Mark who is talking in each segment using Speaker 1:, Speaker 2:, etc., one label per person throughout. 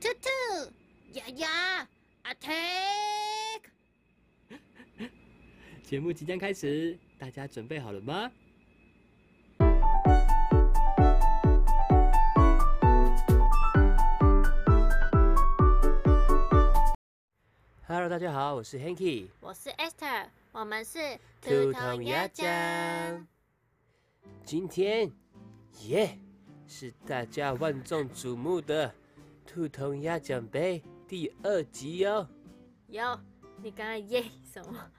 Speaker 1: Tutu! Ya ya! Attack!
Speaker 2: 节目即将开始，大家准备好了吗？Hello，大家好，我是 Hanky。
Speaker 1: 我是 Esther，我们是
Speaker 2: 兔童牙酱。今天，耶、是大家万众瞩目的兔童鸭奖杯第二集哦，
Speaker 1: 哟，你刚刚耶什么？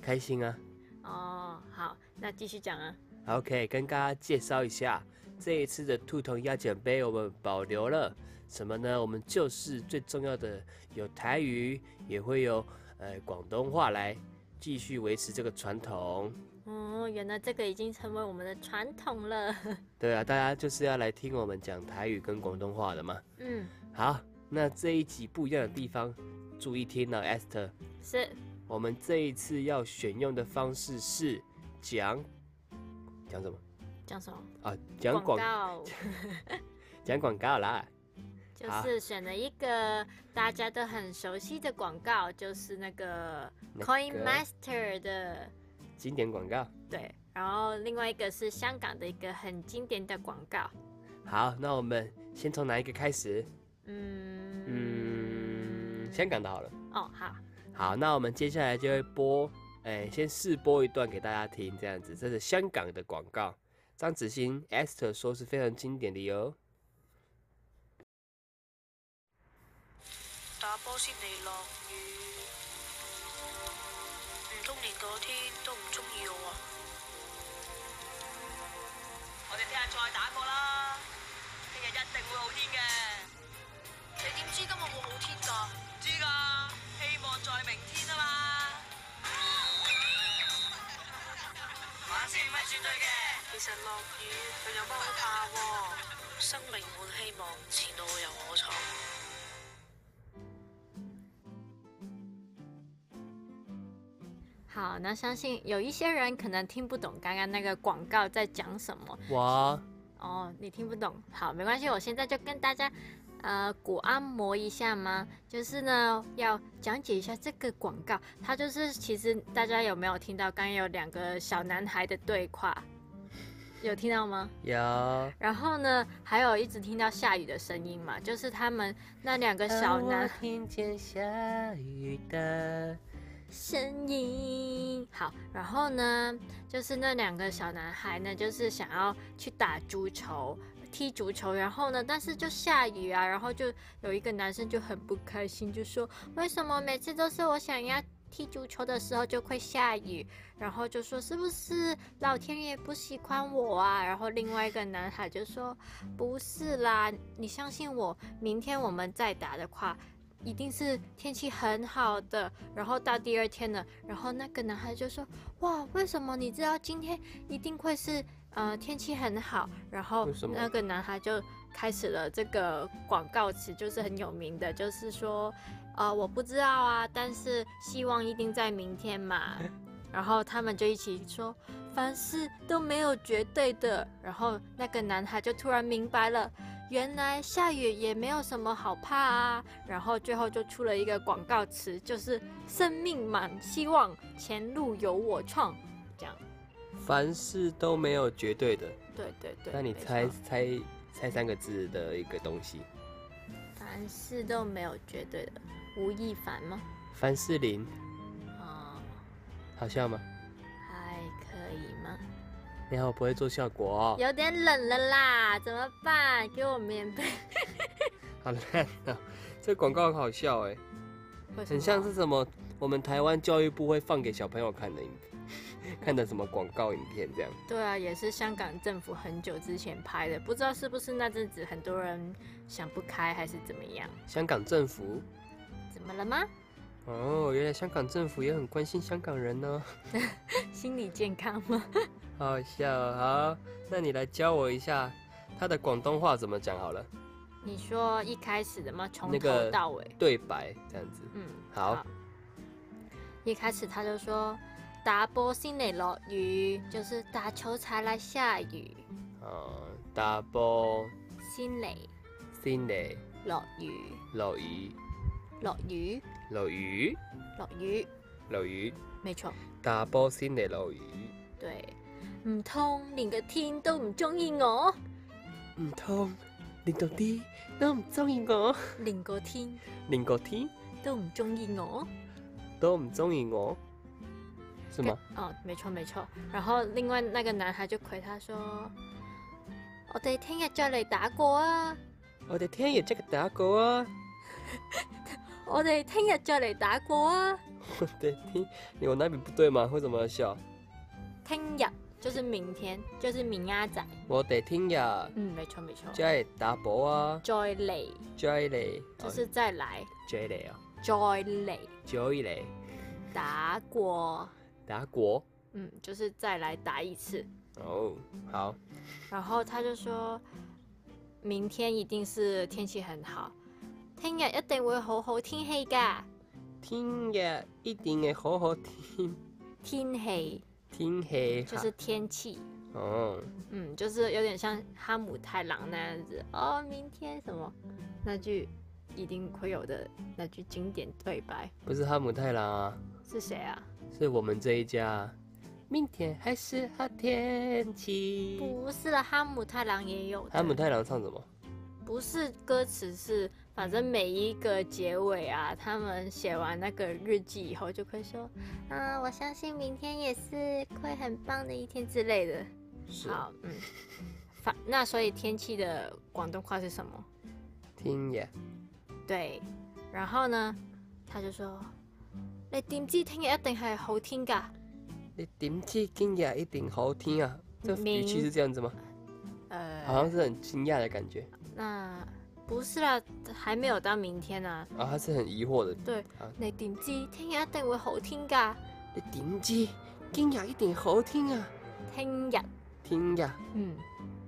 Speaker 2: 开心啊！
Speaker 1: 哦，好，那继续讲啊。
Speaker 2: OK，跟大家介绍一下，这一次的兔童鸭奖杯我们保留了什么呢？我们就是最重要的有台语，也会有呃广东话来继续维持这个传统。
Speaker 1: 哦，原来这个已经成为我们的传统了。
Speaker 2: 对啊，大家就是要来听我们讲台语跟广东话的嘛。
Speaker 1: 嗯，
Speaker 2: 好，那这一集不一样的地方，注意听了、e s t h e r
Speaker 1: 是
Speaker 2: 我们这一次要选用的方式是讲讲什么
Speaker 1: 讲什么？
Speaker 2: 啊？讲广
Speaker 1: 告
Speaker 2: 讲广告啦。
Speaker 1: 就
Speaker 2: 好
Speaker 1: 是选了一个大家都很熟悉的广告，就是那个
Speaker 2: 那
Speaker 1: Coin
Speaker 2: 个
Speaker 1: Master 的。
Speaker 2: 经典广告。
Speaker 1: 对，然后另外一个是香港的一个很经典的广告，
Speaker 2: 好，那我们先从哪一个开始？
Speaker 1: 嗯
Speaker 2: 嗯，香港的好了。
Speaker 1: 哦好，
Speaker 2: 好，那我们接下来就会播，哎、先试播一段给大家听，这样子，这是香港的广告，张子欣 Esther 说是非常经典的哟。
Speaker 3: 打波先嚟落雨，唔通連嗰天都唔中意我啊？我哋聽日再打過啦，聽日一定會好天嘅。你點知今日會好天㗎？知㗎，希望在明天啊嘛。玩先唔係絕對嘅。其實落雨佢有乜好怕喎？生命滿希望，前路由我闖。
Speaker 1: 好，那相信有一些人可能听不懂刚刚那个广告在讲什么
Speaker 2: 哇，
Speaker 1: 哦，你听不懂，好，没关系，我现在就跟大家呃鼓按摩一下嘛，就是呢要讲解一下这个广告，它就是其实大家有没有听到？刚刚有两个小男孩的对话，有听到吗？
Speaker 2: 有
Speaker 1: 然后呢，还有一直听到下雨的声音嘛，就是他们那两个
Speaker 2: 呃
Speaker 1: 小男
Speaker 2: 听见下雨的，
Speaker 1: 声音。好，然后呢，就是那两个小男孩呢，就是想要去打足球。踢足球，然后呢？但是就下雨啊，然后就有一个男生就很不开心，就说：“为什么每次都是我想要踢足球的时候就会下雨？”然后就说：“是不是老天爷不喜欢我啊？”然后另外一个男孩就说：“不是啦，你相信我，明天我们再打的话，一定是天气很好的，然后到第二天了，然后那个男孩就说：“哇，为什么你知道今天一定会是呃天气很好？”然后
Speaker 2: 为什么
Speaker 1: 那个男孩就开始了这个广告词，就是很有名的，就是说：“呃，我不知道啊，但是希望一定在明天 嘛。”然后他们就一起说：“凡事都没有绝对的。”然后那个男孩就突然明白了，原来下雨也没有什么好怕啊。然后最后就出了一个广告词，就是“生命满希望，前路由我创”，这样。
Speaker 2: 凡事都没有绝对的。
Speaker 1: 对对对。
Speaker 2: 那你
Speaker 1: 没错
Speaker 2: 猜猜猜三个字的一个东西，
Speaker 1: 凡事都没有绝对的，吴亦凡吗？
Speaker 2: 凡士林，
Speaker 1: 哦，
Speaker 2: 好笑吗？
Speaker 1: 还可以吗？
Speaker 2: 你好，我不会做效果哦。
Speaker 1: 有点冷了啦，怎么办？给我棉被。
Speaker 2: 好烂哦，这广告很好笑哎，
Speaker 1: 为什么
Speaker 2: 很像是什么我们台湾教育部会放给小朋友看的影， 看的什么广告影片这样。
Speaker 1: 对啊，也是香港政府很久之前拍的，不知道是不是那阵子很多人想不开还是怎么样？
Speaker 2: 香港政府
Speaker 1: 怎么了吗？
Speaker 2: 哦，原来香港政府也很关心香港人呢、
Speaker 1: 心理健康 吗？
Speaker 2: 好好笑哦。好，那你来教我一下他的广东话怎么讲好了，
Speaker 1: 你说一开始的吗？从
Speaker 2: 那个
Speaker 1: 头到尾。
Speaker 2: 对白这样子。
Speaker 1: 嗯，
Speaker 2: 好，
Speaker 1: 好一开始他就说打波先嚟落雨，就是打球才来下雨。
Speaker 2: 哦呃，打波
Speaker 1: 先嚟
Speaker 2: 先嚟
Speaker 1: 落雨，
Speaker 2: 落雨，
Speaker 1: 落雨，
Speaker 2: 落雨，
Speaker 1: 落雨，
Speaker 2: 落雨，
Speaker 1: 没错，
Speaker 2: 打波先嚟落雨。
Speaker 1: 對。唔通連個天都唔中意我，
Speaker 2: 唔通連到啲都唔中意我，
Speaker 1: 連個天
Speaker 2: 連個天
Speaker 1: 都唔中意我。
Speaker 2: 都唔中意我，是
Speaker 1: 跟
Speaker 2: 嗎？
Speaker 1: 哦，没错没错。然后另外那个男孩就回他说：我哋聽日再嚟打過啊，
Speaker 2: 我哋聽日即刻打過啊！
Speaker 1: 我哋聽日再嚟打過啊。
Speaker 2: 我哋聽，你我那邊不對嗎？為什麼要笑？
Speaker 1: 聽日就是明天，就是明阿仔。
Speaker 2: 我哋聽日
Speaker 1: 嗯，没错没错。
Speaker 2: 再打波啊！
Speaker 1: 再嚟
Speaker 2: 再嚟，
Speaker 1: 就是再來，
Speaker 2: 再嚟啊！
Speaker 1: 再嚟
Speaker 2: 再嚟
Speaker 1: 打過。
Speaker 2: 打果
Speaker 1: 嗯，就是再來打一次。
Speaker 2: 哦，好，
Speaker 1: 然後他就說，明天一定是天氣很好，聽日一定會好好天氣㗎。
Speaker 2: 聽日一定係好好天
Speaker 1: 天氣
Speaker 2: 天氣
Speaker 1: 就是天氣。
Speaker 2: 哦，
Speaker 1: 嗯，就是有点像哈姆太郎那样子哦。明天什么那句一定会有的那句经典对白
Speaker 2: 不是哈姆太郎啊，
Speaker 1: 是谁啊？
Speaker 2: 是我們這一家。明天還是好天氣。
Speaker 1: 不是啦，哈姆太郎也有的。
Speaker 2: 哈姆太郎唱什么？
Speaker 1: 不是歌词是，反
Speaker 2: 嗯
Speaker 1: 正每一个结尾啊，他们写完那个日记以后就会说，嗯，我相信明天也是会很棒的一天之类的。
Speaker 2: 是
Speaker 1: 好， 嗯，反那所以天气的广东话是什么？
Speaker 2: 聽日
Speaker 1: 对，然后呢，他就说：你點知聽日一定係好天㗎？
Speaker 2: 你點知今日一定好天啊？這語
Speaker 1: 明
Speaker 2: 氣是這樣子嗎？好
Speaker 1: 呃，
Speaker 2: 像是很驚訝的感觉，
Speaker 1: 那不是啦，還沒有到明天啊。
Speaker 2: 啊，他是很疑惑的。
Speaker 1: 對
Speaker 2: 啊，
Speaker 1: 你點知聽日一定會好天㗎？
Speaker 2: 你點知今日一定好天啊？
Speaker 1: 聽日，
Speaker 2: 天呀，
Speaker 1: 嗯，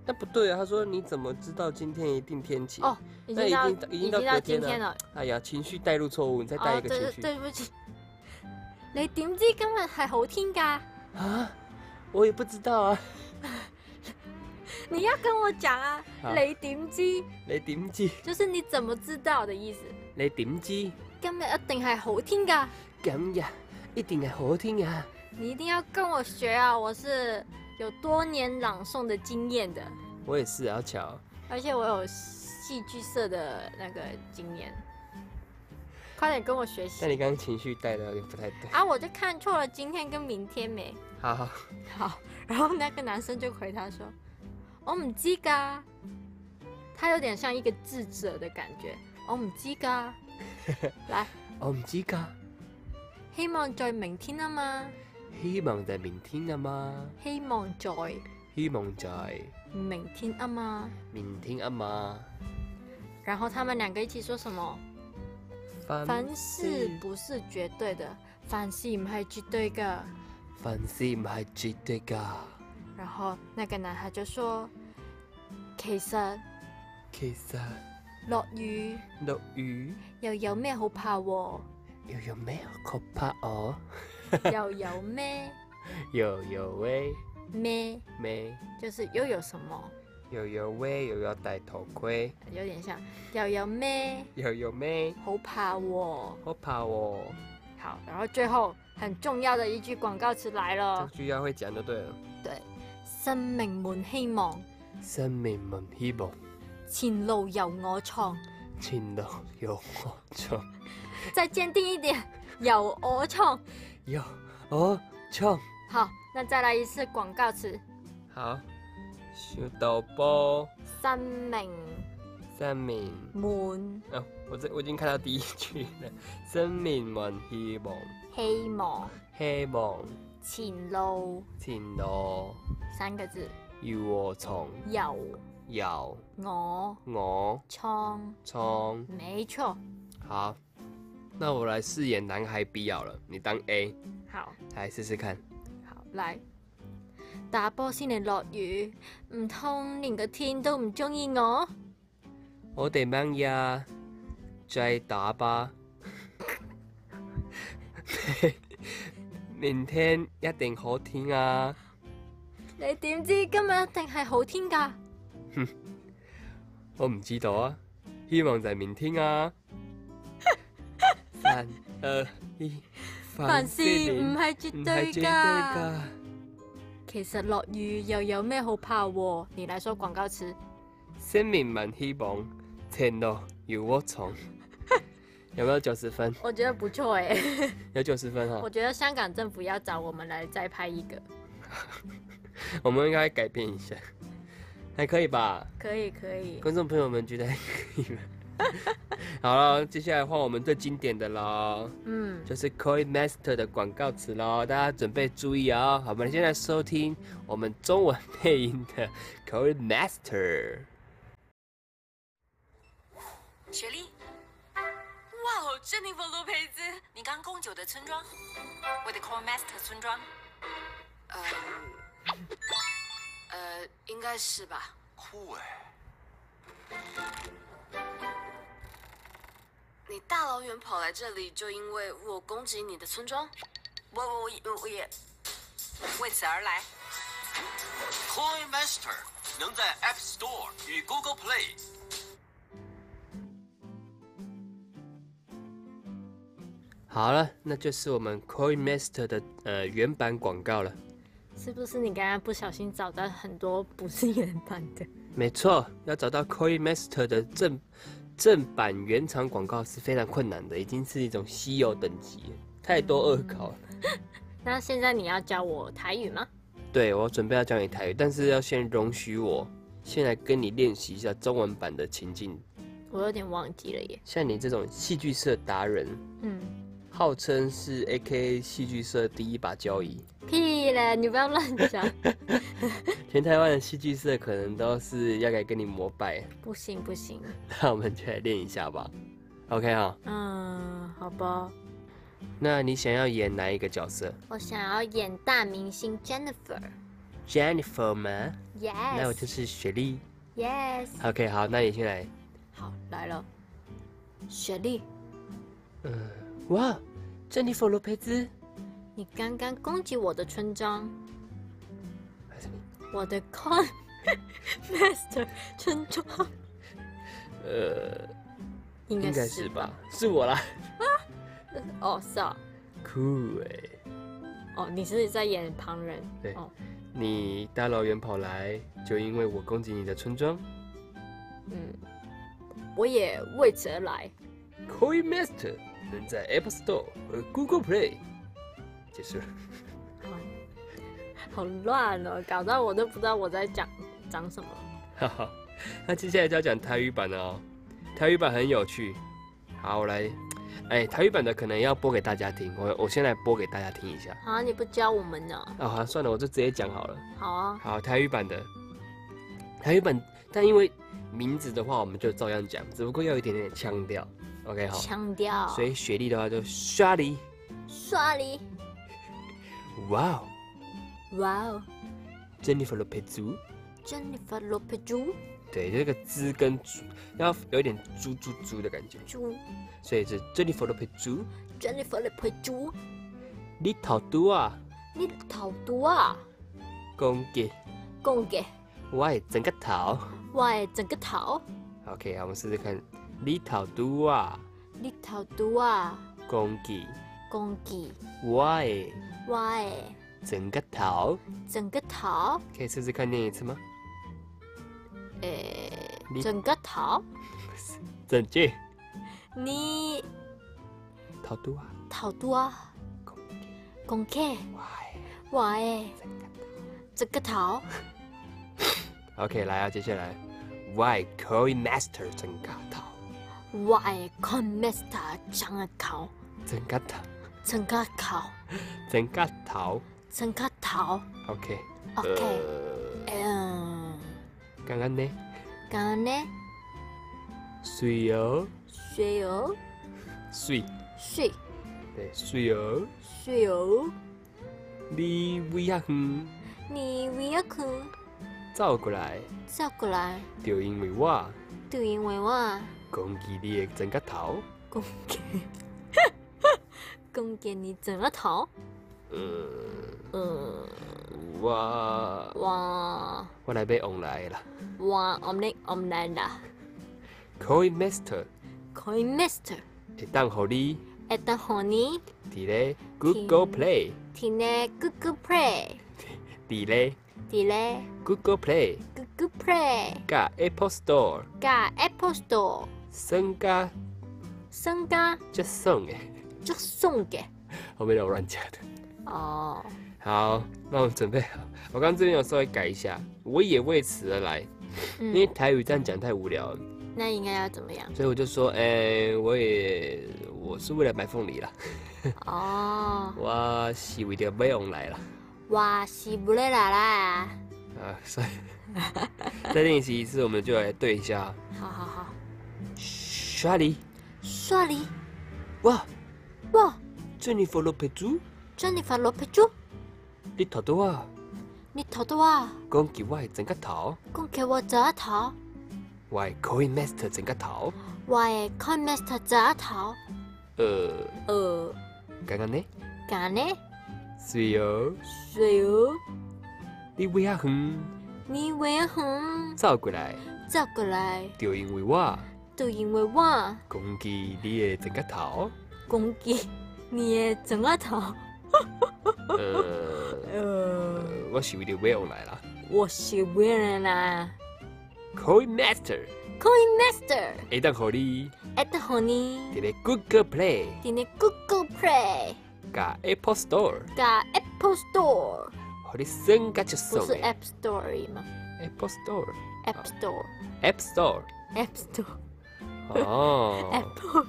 Speaker 2: 那不對啊！他說你怎麼知道今天一定天晴？
Speaker 1: 哦，已
Speaker 2: 那
Speaker 1: 經到
Speaker 2: 已經已經到
Speaker 1: 經到
Speaker 2: 隔
Speaker 1: 今
Speaker 2: 天
Speaker 1: 天
Speaker 2: 了
Speaker 1: 了。
Speaker 2: 哎呀，情緒帶入錯誤，你再帶
Speaker 1: 哦，
Speaker 2: 一個情
Speaker 1: 對
Speaker 2: 緒、
Speaker 1: 對不起， 你點知今日係好天㗎？
Speaker 2: 啊！我也不知道啊，
Speaker 1: 你要跟我講啊
Speaker 2: 好！
Speaker 1: 你點知？
Speaker 2: 你點知？
Speaker 1: 就是你怎麼知道的意思。
Speaker 2: 你點知
Speaker 1: 今日一定係好天㗎。
Speaker 2: 今日一定係好天啊？
Speaker 1: 你一定要跟我学啊！我是有多年朗诵的经验的，
Speaker 2: 我也是，好巧。
Speaker 1: 而且我有戏剧社的那个经验。快点跟我学习
Speaker 2: 但你刚刚情绪带的有点不太对。
Speaker 1: 啊！我就看错了今天跟明天没
Speaker 2: 好好，
Speaker 1: 好， 然后那个男生就回他说：“我唔知噶。”他有点像一个智者的感觉。我唔知 噶，来，
Speaker 2: 我唔知㗎，
Speaker 1: 希望在明天啊嘛，
Speaker 2: 希望就係明天啊嘛，
Speaker 1: 希望在
Speaker 2: 希望就係
Speaker 1: 明天啊嘛。
Speaker 2: 明天啊嘛。
Speaker 1: 然后他们两个一起说什么？
Speaker 2: 凡
Speaker 1: 凡事不是絕對的，凡事唔係絕對嘅。
Speaker 2: 凡事唔係絕對㗎，
Speaker 1: 然後那個男孩就說：其實
Speaker 2: 其實
Speaker 1: 落雨
Speaker 2: 落雨
Speaker 1: 又有咩好怕 喎？
Speaker 2: 又有咩可怕哦？
Speaker 1: 又有咩
Speaker 2: 又有喂
Speaker 1: 咩？
Speaker 2: 咩？
Speaker 1: 就是又有什麼？
Speaker 2: 又有喂又要戴頭盔，
Speaker 1: 有點像又有咩
Speaker 2: 又有咩
Speaker 1: 好怕喎？
Speaker 2: 可怕哦？
Speaker 1: 好，然後最後很重要的一句廣告詞來
Speaker 2: 這
Speaker 1: 了，
Speaker 2: 句要會講就對了。
Speaker 1: 對，生命滿希望，
Speaker 2: 生命問希望，
Speaker 1: 前路由我創，
Speaker 2: 前路有我創，
Speaker 1: 再堅定一點， 由我創。
Speaker 2: 有我創。
Speaker 1: 好，那再来一次广告词：
Speaker 2: 好，小豆包
Speaker 1: 生命
Speaker 2: 生命。
Speaker 1: 满
Speaker 2: 啊，我這我已經看到第一句了。生命問希望，
Speaker 1: 希望
Speaker 2: 希望
Speaker 1: 前路
Speaker 2: 前路。
Speaker 1: 三个字，
Speaker 2: 要和從
Speaker 1: 由
Speaker 2: 由
Speaker 1: 我
Speaker 2: 我
Speaker 1: 创，
Speaker 2: 創
Speaker 1: 没错。
Speaker 2: 好，那我來飾演男孩 B 好了，你當 A，
Speaker 1: 好，
Speaker 2: 來試試看。
Speaker 1: 好嚟打波先嚟落雨，唔通連個天都唔中意我？
Speaker 2: 我哋掹呀，再打吧。 明天一定好天啊！
Speaker 1: 你點知今日一定係好天㗎？
Speaker 2: 我唔知道啊，希望在明天 啊。呃三二一，
Speaker 1: 凡事唔
Speaker 2: 唔
Speaker 1: 係絕對
Speaker 2: 系
Speaker 1: 㗎。其實落雨又有咩好怕喎？你來說廣告詞，
Speaker 2: 生命滿希望，前路由 我闯。有没有九十分？
Speaker 1: 我覺得不錯哎、
Speaker 2: 有九十分啊哈
Speaker 1: 我，觉得香港政府要找我们来再拍一个，
Speaker 2: 我们应该改变一下，还可以吧？
Speaker 1: 可以可以。
Speaker 2: 观众朋友们觉得还可以吗？ 好了，接下来换我们最经典的喽，
Speaker 1: 嗯，
Speaker 2: 就是 Coin Master 的广告词喽，大家准备注意哦。好，我们现在收听我们中文配音的 Coin Master。
Speaker 3: 雪莉，哇哦，Jennifer 洛佩兹，你刚供酒的村庄，我的 Core Master 村庄，呃，呃，应该是吧。
Speaker 4: 酷哎、
Speaker 3: 你大老远跑来这里，就因为我攻击你的村庄？我我我我我也为此而来。
Speaker 4: Coin Master 能在 App Store 与 Google Play
Speaker 2: 好了，那就是我们 Coin Master 的呃原版广告了。
Speaker 1: 是不是你刚刚不小心找到很多不是原版的？
Speaker 2: 没错，要找到 Coin Master 的正正版原厂广告是非常困难的，已经是一种稀有等级了，太多恶搞了。
Speaker 1: 那现在你要教我台语吗？
Speaker 2: 对我准备要教你台语，但是要先容许我先来跟你练习一下中文版的情境。
Speaker 1: 我有点忘记了耶。
Speaker 2: 像你这种戏剧社达人，
Speaker 1: 嗯，
Speaker 2: 号称是 A.K.A 戏剧社第一把交椅，
Speaker 1: 屁嘞，你不要乱讲。
Speaker 2: 全台湾的戏剧社可能都是要来跟你膜拜。
Speaker 1: 不行不行，
Speaker 2: 那我们就来练一下吧。OK 哈、
Speaker 1: 嗯，好吧。
Speaker 2: 那你想要演哪一个角色
Speaker 1: 我想要演大明星 Jennifer。
Speaker 2: ？Jennifer 吗？
Speaker 1: Yes。
Speaker 2: 那我就是雪莉。
Speaker 1: Yes。
Speaker 2: OK，好，那你先来。
Speaker 1: 好，来了。雪莉，
Speaker 2: 嗯，哇，珍妮佛罗培兹，
Speaker 1: 你刚刚攻击我的村庄，
Speaker 2: 还是你
Speaker 1: 我的 Con Master 村庄，
Speaker 2: 呃，
Speaker 1: 应
Speaker 2: 应该是吧？是我啦。
Speaker 1: 哦，是啊，
Speaker 2: 酷哎、
Speaker 1: 哦，你是在演旁人，
Speaker 2: 对
Speaker 1: 哦，
Speaker 2: 你大老远跑来，就因为我攻击你的村庄。
Speaker 1: 嗯，我也为此而来。
Speaker 2: Coin Master 能在 App Store 和 Google Play。结束了。
Speaker 1: 哦好乱哦，搞到我都不知道我在讲讲什么。
Speaker 2: 哈哈，那接下来就要讲台语版了哦。台语版很有趣，好，我来，哎，台语版的可能要播给大家听，我我先来播给大家听一下。
Speaker 1: 啊，你不教我们呢？
Speaker 2: 啊，好，算了，我就直接讲好了。
Speaker 1: 好啊，
Speaker 2: 好，台语版的，台语版，但因为名字的话，我们就照样讲，只不过要有一点点腔调。OK，好，
Speaker 1: 腔调，
Speaker 2: 所以雪莉的话就刷梨，
Speaker 1: 刷你，
Speaker 2: 哇哦
Speaker 1: 哇哦
Speaker 2: ，Jennifer Lopez，
Speaker 1: ，Jennifer Lopez 猪
Speaker 2: 对，这个“滋”跟“猪”要有一点“猪猪猪”的感觉，
Speaker 1: 猪
Speaker 2: 所以是 Jennifer Lopez，
Speaker 1: ，Jennifer Lopez 猪，
Speaker 2: 你头拄啊。
Speaker 1: 你头毒啊！
Speaker 2: 攻击
Speaker 1: 讲嘅，
Speaker 2: 我的整个头。
Speaker 1: 我的整个头，
Speaker 2: OK，好我们试试看。你头拄啊，
Speaker 1: 你头毒啊！
Speaker 2: 攻击
Speaker 1: 攻击
Speaker 2: 我的
Speaker 1: 我的
Speaker 2: 整个头，
Speaker 1: 整个头，
Speaker 2: 可以试试看念一次吗？
Speaker 1: 诶、
Speaker 2: 你
Speaker 1: 呃整个头，
Speaker 2: 整句
Speaker 1: 你
Speaker 2: 头拄啊，
Speaker 1: 头多
Speaker 2: 攻击
Speaker 1: 攻击
Speaker 2: 我的
Speaker 1: 我的
Speaker 2: 整个头。
Speaker 1: 整个头，
Speaker 2: OK，来啊，接下来我的 Coin Master 整个头，
Speaker 1: 我的 con master 整个头，
Speaker 2: 整个头，
Speaker 1: 整个头，
Speaker 2: 整个头。
Speaker 1: 整个头。
Speaker 2: OK，
Speaker 1: OK，
Speaker 2: 呃，
Speaker 1: 嗯，
Speaker 2: 刚刚呢？
Speaker 1: 咁呢，
Speaker 2: 水哦，
Speaker 1: 水哦，
Speaker 2: 水，
Speaker 1: 水
Speaker 2: 对，水哦，
Speaker 1: 水哦，
Speaker 2: 你位啊远
Speaker 1: 你为一去
Speaker 2: 走过来，
Speaker 1: 走过来，
Speaker 2: 就因为我。
Speaker 1: 就因为我
Speaker 2: 攻击你的整个头。
Speaker 1: 攻 击，攻击你整个头。
Speaker 2: 嗯，
Speaker 1: 嗯，
Speaker 2: 我
Speaker 1: 哇
Speaker 2: 我来被往来的啦。
Speaker 1: 哇，我们我们来啦，
Speaker 2: Coin Master
Speaker 1: Coin Master
Speaker 2: 会当互你
Speaker 1: at the honey
Speaker 2: 伫咧 Google Play，
Speaker 1: 听咧 Google Play，
Speaker 2: 伫咧
Speaker 1: 伫咧
Speaker 2: Google Play
Speaker 1: Google Play
Speaker 2: 甲 Apple Store
Speaker 1: 加 Apple Store
Speaker 2: 升加
Speaker 1: 升加
Speaker 2: 就送诶，
Speaker 1: 就送给
Speaker 2: 后面有乱加的。
Speaker 1: 哦。
Speaker 2: 好，那我们准备好。我刚刚这边有稍微改一下，我也为此而来，因为
Speaker 1: 嗯，
Speaker 2: 台语这样讲太无聊了，
Speaker 1: 那应该要怎么样？
Speaker 2: 所以我就说，哎、我也我是为了买凤梨啦，
Speaker 1: 哦，
Speaker 2: 我是为了买凤来啦。
Speaker 1: 哇，西不累啦啦。
Speaker 2: 啊，所以再练习一次，我们就来对一下。
Speaker 1: 好好好，
Speaker 2: 沙里，
Speaker 1: 刷梨
Speaker 2: 哇，
Speaker 1: 哇
Speaker 2: ，Jennifer Lopez，
Speaker 1: ，Jennifer Lopez 猪，
Speaker 2: 你头拄啊，
Speaker 1: 你头到啊，
Speaker 2: 讲起我的整个头，
Speaker 1: 讲给我这一头，
Speaker 2: 我的 Coin Master 整个头，
Speaker 1: 我的 Coin Master 这一头，
Speaker 2: 呃，
Speaker 1: 呃，
Speaker 2: 刚刚呢，
Speaker 1: 干呢？
Speaker 2: 是哦，
Speaker 1: 水哦，
Speaker 2: 你为阿远
Speaker 1: 你为何
Speaker 2: 走过来，
Speaker 1: 走过来？
Speaker 2: 就因为我啊
Speaker 1: 就因为我
Speaker 2: 攻击你的整个头，
Speaker 1: 攻击你的整个头，
Speaker 2: 呃，
Speaker 1: 呃，
Speaker 2: 呃我是为了买红来啦
Speaker 1: 我是为了啦
Speaker 2: ，Coin Master
Speaker 1: ，Coin Master
Speaker 2: 会当互你
Speaker 1: at honey，
Speaker 2: 伫咧 Google Play
Speaker 1: 伫你 Google Play
Speaker 2: 甲 Apple Store，
Speaker 1: 加 Apple Store，
Speaker 2: 互你升甲就
Speaker 1: 不
Speaker 2: 爽
Speaker 1: 是
Speaker 2: 的
Speaker 1: App Store 吗
Speaker 2: Apple Store。
Speaker 1: ？App Store。
Speaker 2: App Store。
Speaker 1: App Store、
Speaker 2: 哦，
Speaker 1: Apple Store、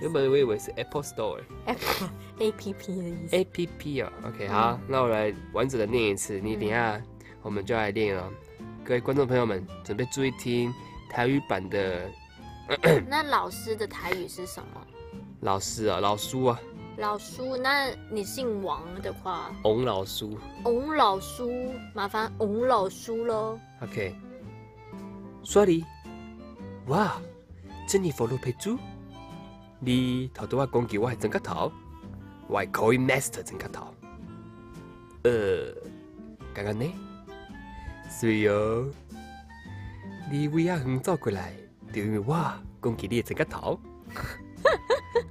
Speaker 2: 原本我以为是 Apple Store。
Speaker 1: Apple A P P 的意思。
Speaker 2: A P P 哦，OK，好，
Speaker 1: 嗯
Speaker 2: 那我来完整的念一次，你等一下我们就来念哦。各位观众朋友们，准备注意听台语版的
Speaker 1: 那老师的台语是什么？
Speaker 2: 老师啊，老叔啊，
Speaker 1: 老叔，那你姓王的话，
Speaker 2: 翁老叔。
Speaker 1: 翁老叔，麻烦翁老叔喽。
Speaker 2: OK，刷你，哇，珍妮佛洛佩珠，你头拄啊讲起我系真个头，我系 Coin Master 真个头。呃，刚刚呢？水哦，你为啊远走过来，就因为我讲起你的真个头。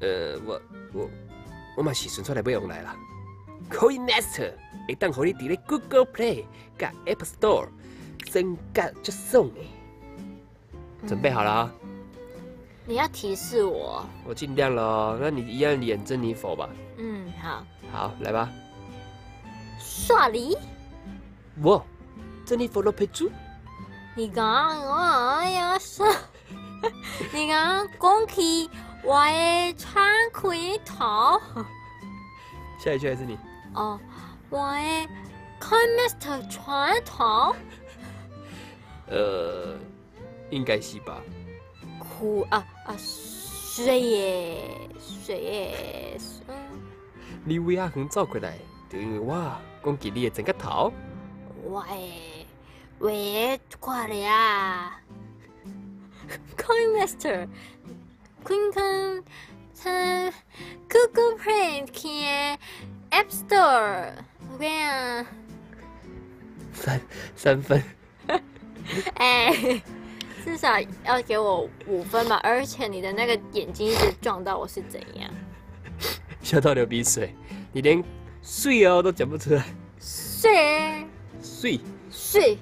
Speaker 2: 呃，我我我嘛是顺出来买用来啦。Coin Master 会当互你伫咧 Google Play 甲 App Store 升格就送诶。准备好了啊，
Speaker 1: 你要提示我。
Speaker 2: 我尽量咯。那你一样演珍妮佛吧。
Speaker 1: 嗯，好。
Speaker 2: 好，来吧。
Speaker 1: 刷梨，
Speaker 2: 我珍妮佛洛佩珠，
Speaker 1: 你讲我哎呀是， 你讲讲起我的长腿头。
Speaker 2: 下一句还是你。
Speaker 1: 哦，我的 Coin Master 船头。
Speaker 2: 呃，应该是吧。
Speaker 1: 哭啊啊！水耶，水耶，嗯，
Speaker 2: 你为阿恒走过来，就因为我讲起你的整个头。
Speaker 1: 我诶，喂，快点 啊！Coin Master，Queen Con，他 Google Play 看 App Store，我跟你讲，
Speaker 2: 三三分。
Speaker 1: 哎，至少要给我五分吧。而且你的那个眼睛一直撞到我是怎样？
Speaker 2: 笑到流鼻水，你连睡哦都讲不出来。
Speaker 1: 睡
Speaker 2: 睡
Speaker 1: 睡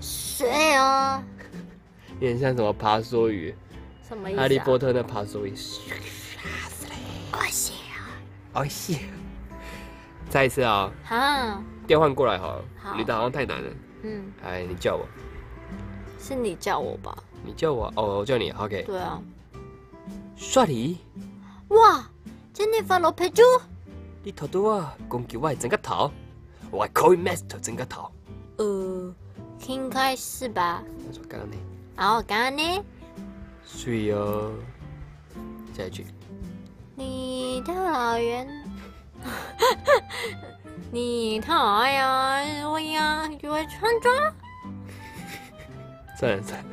Speaker 1: 睡睡哦，
Speaker 2: 有点像什么爬梭鱼，
Speaker 1: 什么意
Speaker 2: 《
Speaker 1: 思、啊？
Speaker 2: 哈利波特》那爬梭鱼。
Speaker 1: 我写
Speaker 2: 哦谢。再一次啊、
Speaker 1: 啊，
Speaker 2: 调换过来好了。
Speaker 1: 好
Speaker 2: 你的好像太难了。
Speaker 1: 嗯，
Speaker 2: 哎，你叫我，
Speaker 1: 是你叫我吧？
Speaker 2: 你叫我，哦，我叫你。OK。
Speaker 1: 对啊，
Speaker 2: 刷你，
Speaker 1: 哇，Jennifer Lopez 猪，
Speaker 2: 你头拄啊，讲起我的整个头，我 Coin Master 整个头。
Speaker 1: 呃，应该是吧？
Speaker 2: 我说刚刚呢，
Speaker 1: 然后刚刚呢，
Speaker 2: 睡哦。下一句，
Speaker 1: 你的老人， 你太阳我呀，我穿装。
Speaker 2: 算了算了，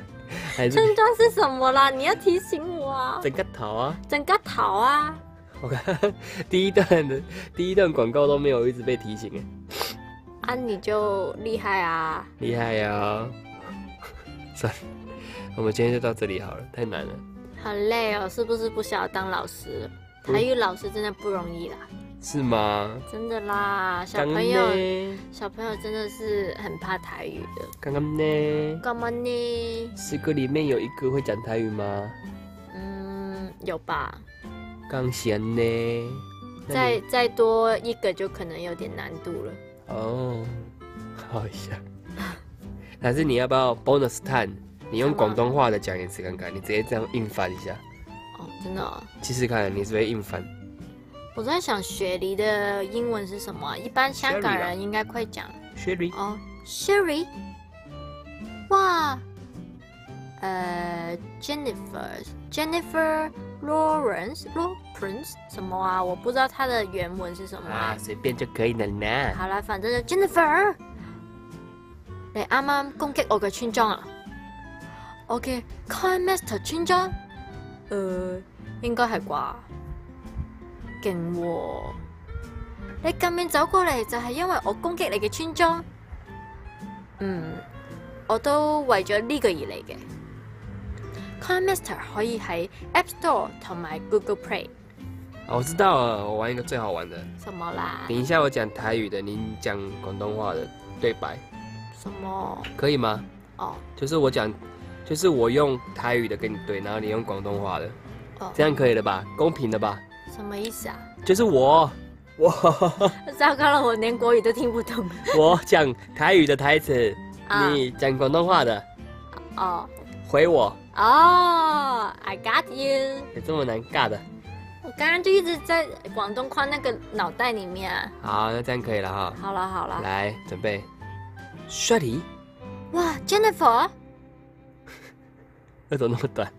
Speaker 2: 还是
Speaker 1: 村庄是什么啦？你要提醒我啊！
Speaker 2: 整个头啊。
Speaker 1: 整个桃啊，
Speaker 2: 我看第一段的第一段广告都没有一直被提醒哎，
Speaker 1: 啊你就厉害啊！
Speaker 2: 厉害呀、算了，我们今天就到这里好了，太难了。
Speaker 1: 好累哦，是不是不想要当老师？
Speaker 2: 嗯
Speaker 1: 台语老师真的不容易啦，
Speaker 2: 是吗？
Speaker 1: 真的啦，小
Speaker 2: 刚
Speaker 1: 朋友
Speaker 2: 呢？
Speaker 1: 小朋友真的是很怕台语的。
Speaker 2: 刚刚呢？
Speaker 1: 干嘛呢？
Speaker 2: 十个里面有一个会讲台语吗？
Speaker 1: 嗯，有吧，
Speaker 2: 刚贤呢？那
Speaker 1: 再
Speaker 2: 你
Speaker 1: 再多一个就可能有点难度了。
Speaker 2: 哦， 好一下。还是你要不要 bonus time？你用
Speaker 1: 什么
Speaker 2: 广东话的讲一次看看，你直接这样硬翻一下，
Speaker 1: 哦，真的哦、
Speaker 2: 试试看你是不是硬翻。
Speaker 1: 我在想雪梨的英文是什么啊？一般香港
Speaker 2: Sherry 啊
Speaker 1: 人应该会讲
Speaker 2: Sherry，
Speaker 1: 哦，Sherry，哇，呃，Jennifer，Jennifer Lawrence，Lawrence 什么啊？我不知道它的原文是什么、啊
Speaker 2: 啊，。随便就可以了呢。
Speaker 1: 好啦，反正就 Jennifer，你啱啱攻擊我嘅村莊啊！我嘅 Coin Master 村莊，誒、呃、應該係啩？勁喎、你咁遠走過嚟就係因為我攻擊你嘅村莊？嗯，我都為咗呢個而嚟嘅。Coin Master 可以喺 App Store 同埋 Google Play
Speaker 2: 啊我知道了，我玩一个最好玩的。
Speaker 1: 什麼啦？
Speaker 2: 等一下我讲台语的，您讲广东话的对白，
Speaker 1: 什麼？
Speaker 2: 可以吗？
Speaker 1: 哦
Speaker 2: 就是我讲，就是我用台语的跟你对，然后你用广东话的，
Speaker 1: 哦，
Speaker 2: 这样可以了吧？公平了吧？
Speaker 1: 什麼意思啊？
Speaker 2: 就是我，我
Speaker 1: 糟糕了，我连国语都听不懂。
Speaker 2: 我讲台语的台词，
Speaker 1: 啊
Speaker 2: 你讲广东话的，
Speaker 1: 哦
Speaker 2: 回我，
Speaker 1: 哦，I got you。
Speaker 2: 有这么难尬的？
Speaker 1: 我刚刚就一直在广东话那个脑袋里面啊、
Speaker 2: 好，那这样可以了哈。
Speaker 1: 好了好了，
Speaker 2: 来，准备，Shirley，
Speaker 1: 哇，Jennifer，
Speaker 2: 为什么那么短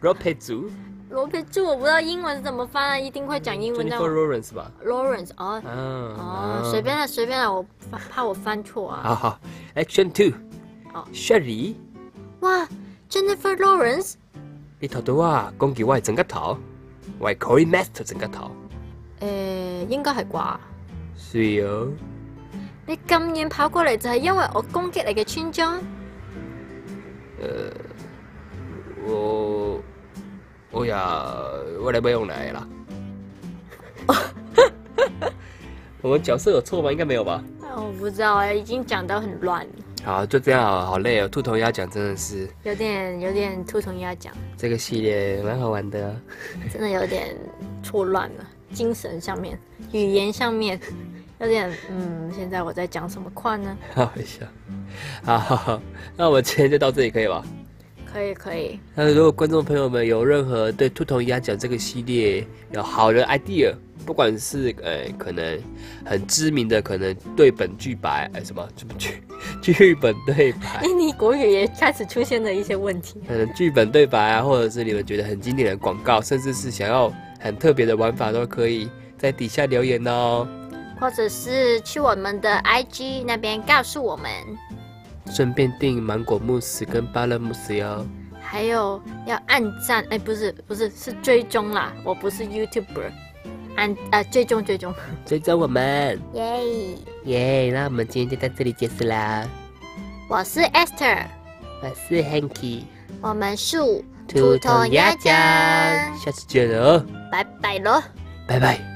Speaker 2: r o p e 族
Speaker 1: 罗佩柱，我不知道英文怎么翻啊，一定会讲英文的。
Speaker 2: ，Jennifer Lawrence 吧？
Speaker 1: Lawrence，哦
Speaker 2: 嗯，
Speaker 1: 哦，
Speaker 2: 嗯
Speaker 1: 随便了随便了，我怕怕我翻错啊。
Speaker 2: 好好，Action Two，
Speaker 1: 好
Speaker 2: s h i r l e y
Speaker 1: 哇，Jennifer Lawrence，
Speaker 2: 你頭拄啊講叫我係整個頭，我係可以 master 整個頭。
Speaker 1: 诶，應該係啩？
Speaker 2: 是哦，
Speaker 1: 你咁遠跑過嚟就係因為我攻擊你嘅村莊？
Speaker 2: 我我呀，我來不用來啦。 我們角色有錯嗎？應該沒有吧。
Speaker 1: 啊我不知道啊，已經講到很亂了。
Speaker 2: 好，就這樣啊，好累哦。兔头鸭讲真的是
Speaker 1: 有点有点兔同鸭讲，
Speaker 2: 这个系列蠻好玩的啊、
Speaker 1: 真的有点错乱了，精神上面、语言上面 有点嗯，现在我在讲什么话呢？
Speaker 2: 好一下。好好好，那我们今天就到这里可以吧？
Speaker 1: 可以可以，
Speaker 2: 那如果观众朋友们有任何对《秃头鸭讲》这个系列有好的 idea，不管是呃可能很知名的，可能对本剧白，呃什么什么剧剧本对白
Speaker 1: 哎，， 你国语也开始出现了一些问题。
Speaker 2: 可能剧本对白啊，或者是你们觉得很经典的广告，甚至是想要很特别的玩法，都可以在底下留言哦。
Speaker 1: 或者是去我们的 IG 那边告诉我们，
Speaker 2: 顺便订芒果慕斯跟芭乐慕斯哟。
Speaker 1: 还有要按赞，哎，不是不是是追踪啦，我不是 YouTuber，按呃追踪追踪，
Speaker 2: 追踪我们，
Speaker 1: 耶、
Speaker 2: 耶！那我们今天就到这里结束啦。
Speaker 1: 我是 Esther，
Speaker 2: 我是 Hanky。
Speaker 1: 我们是
Speaker 2: 兔头鸭酱，下次见了哦，
Speaker 1: 拜拜喽。
Speaker 2: 拜拜。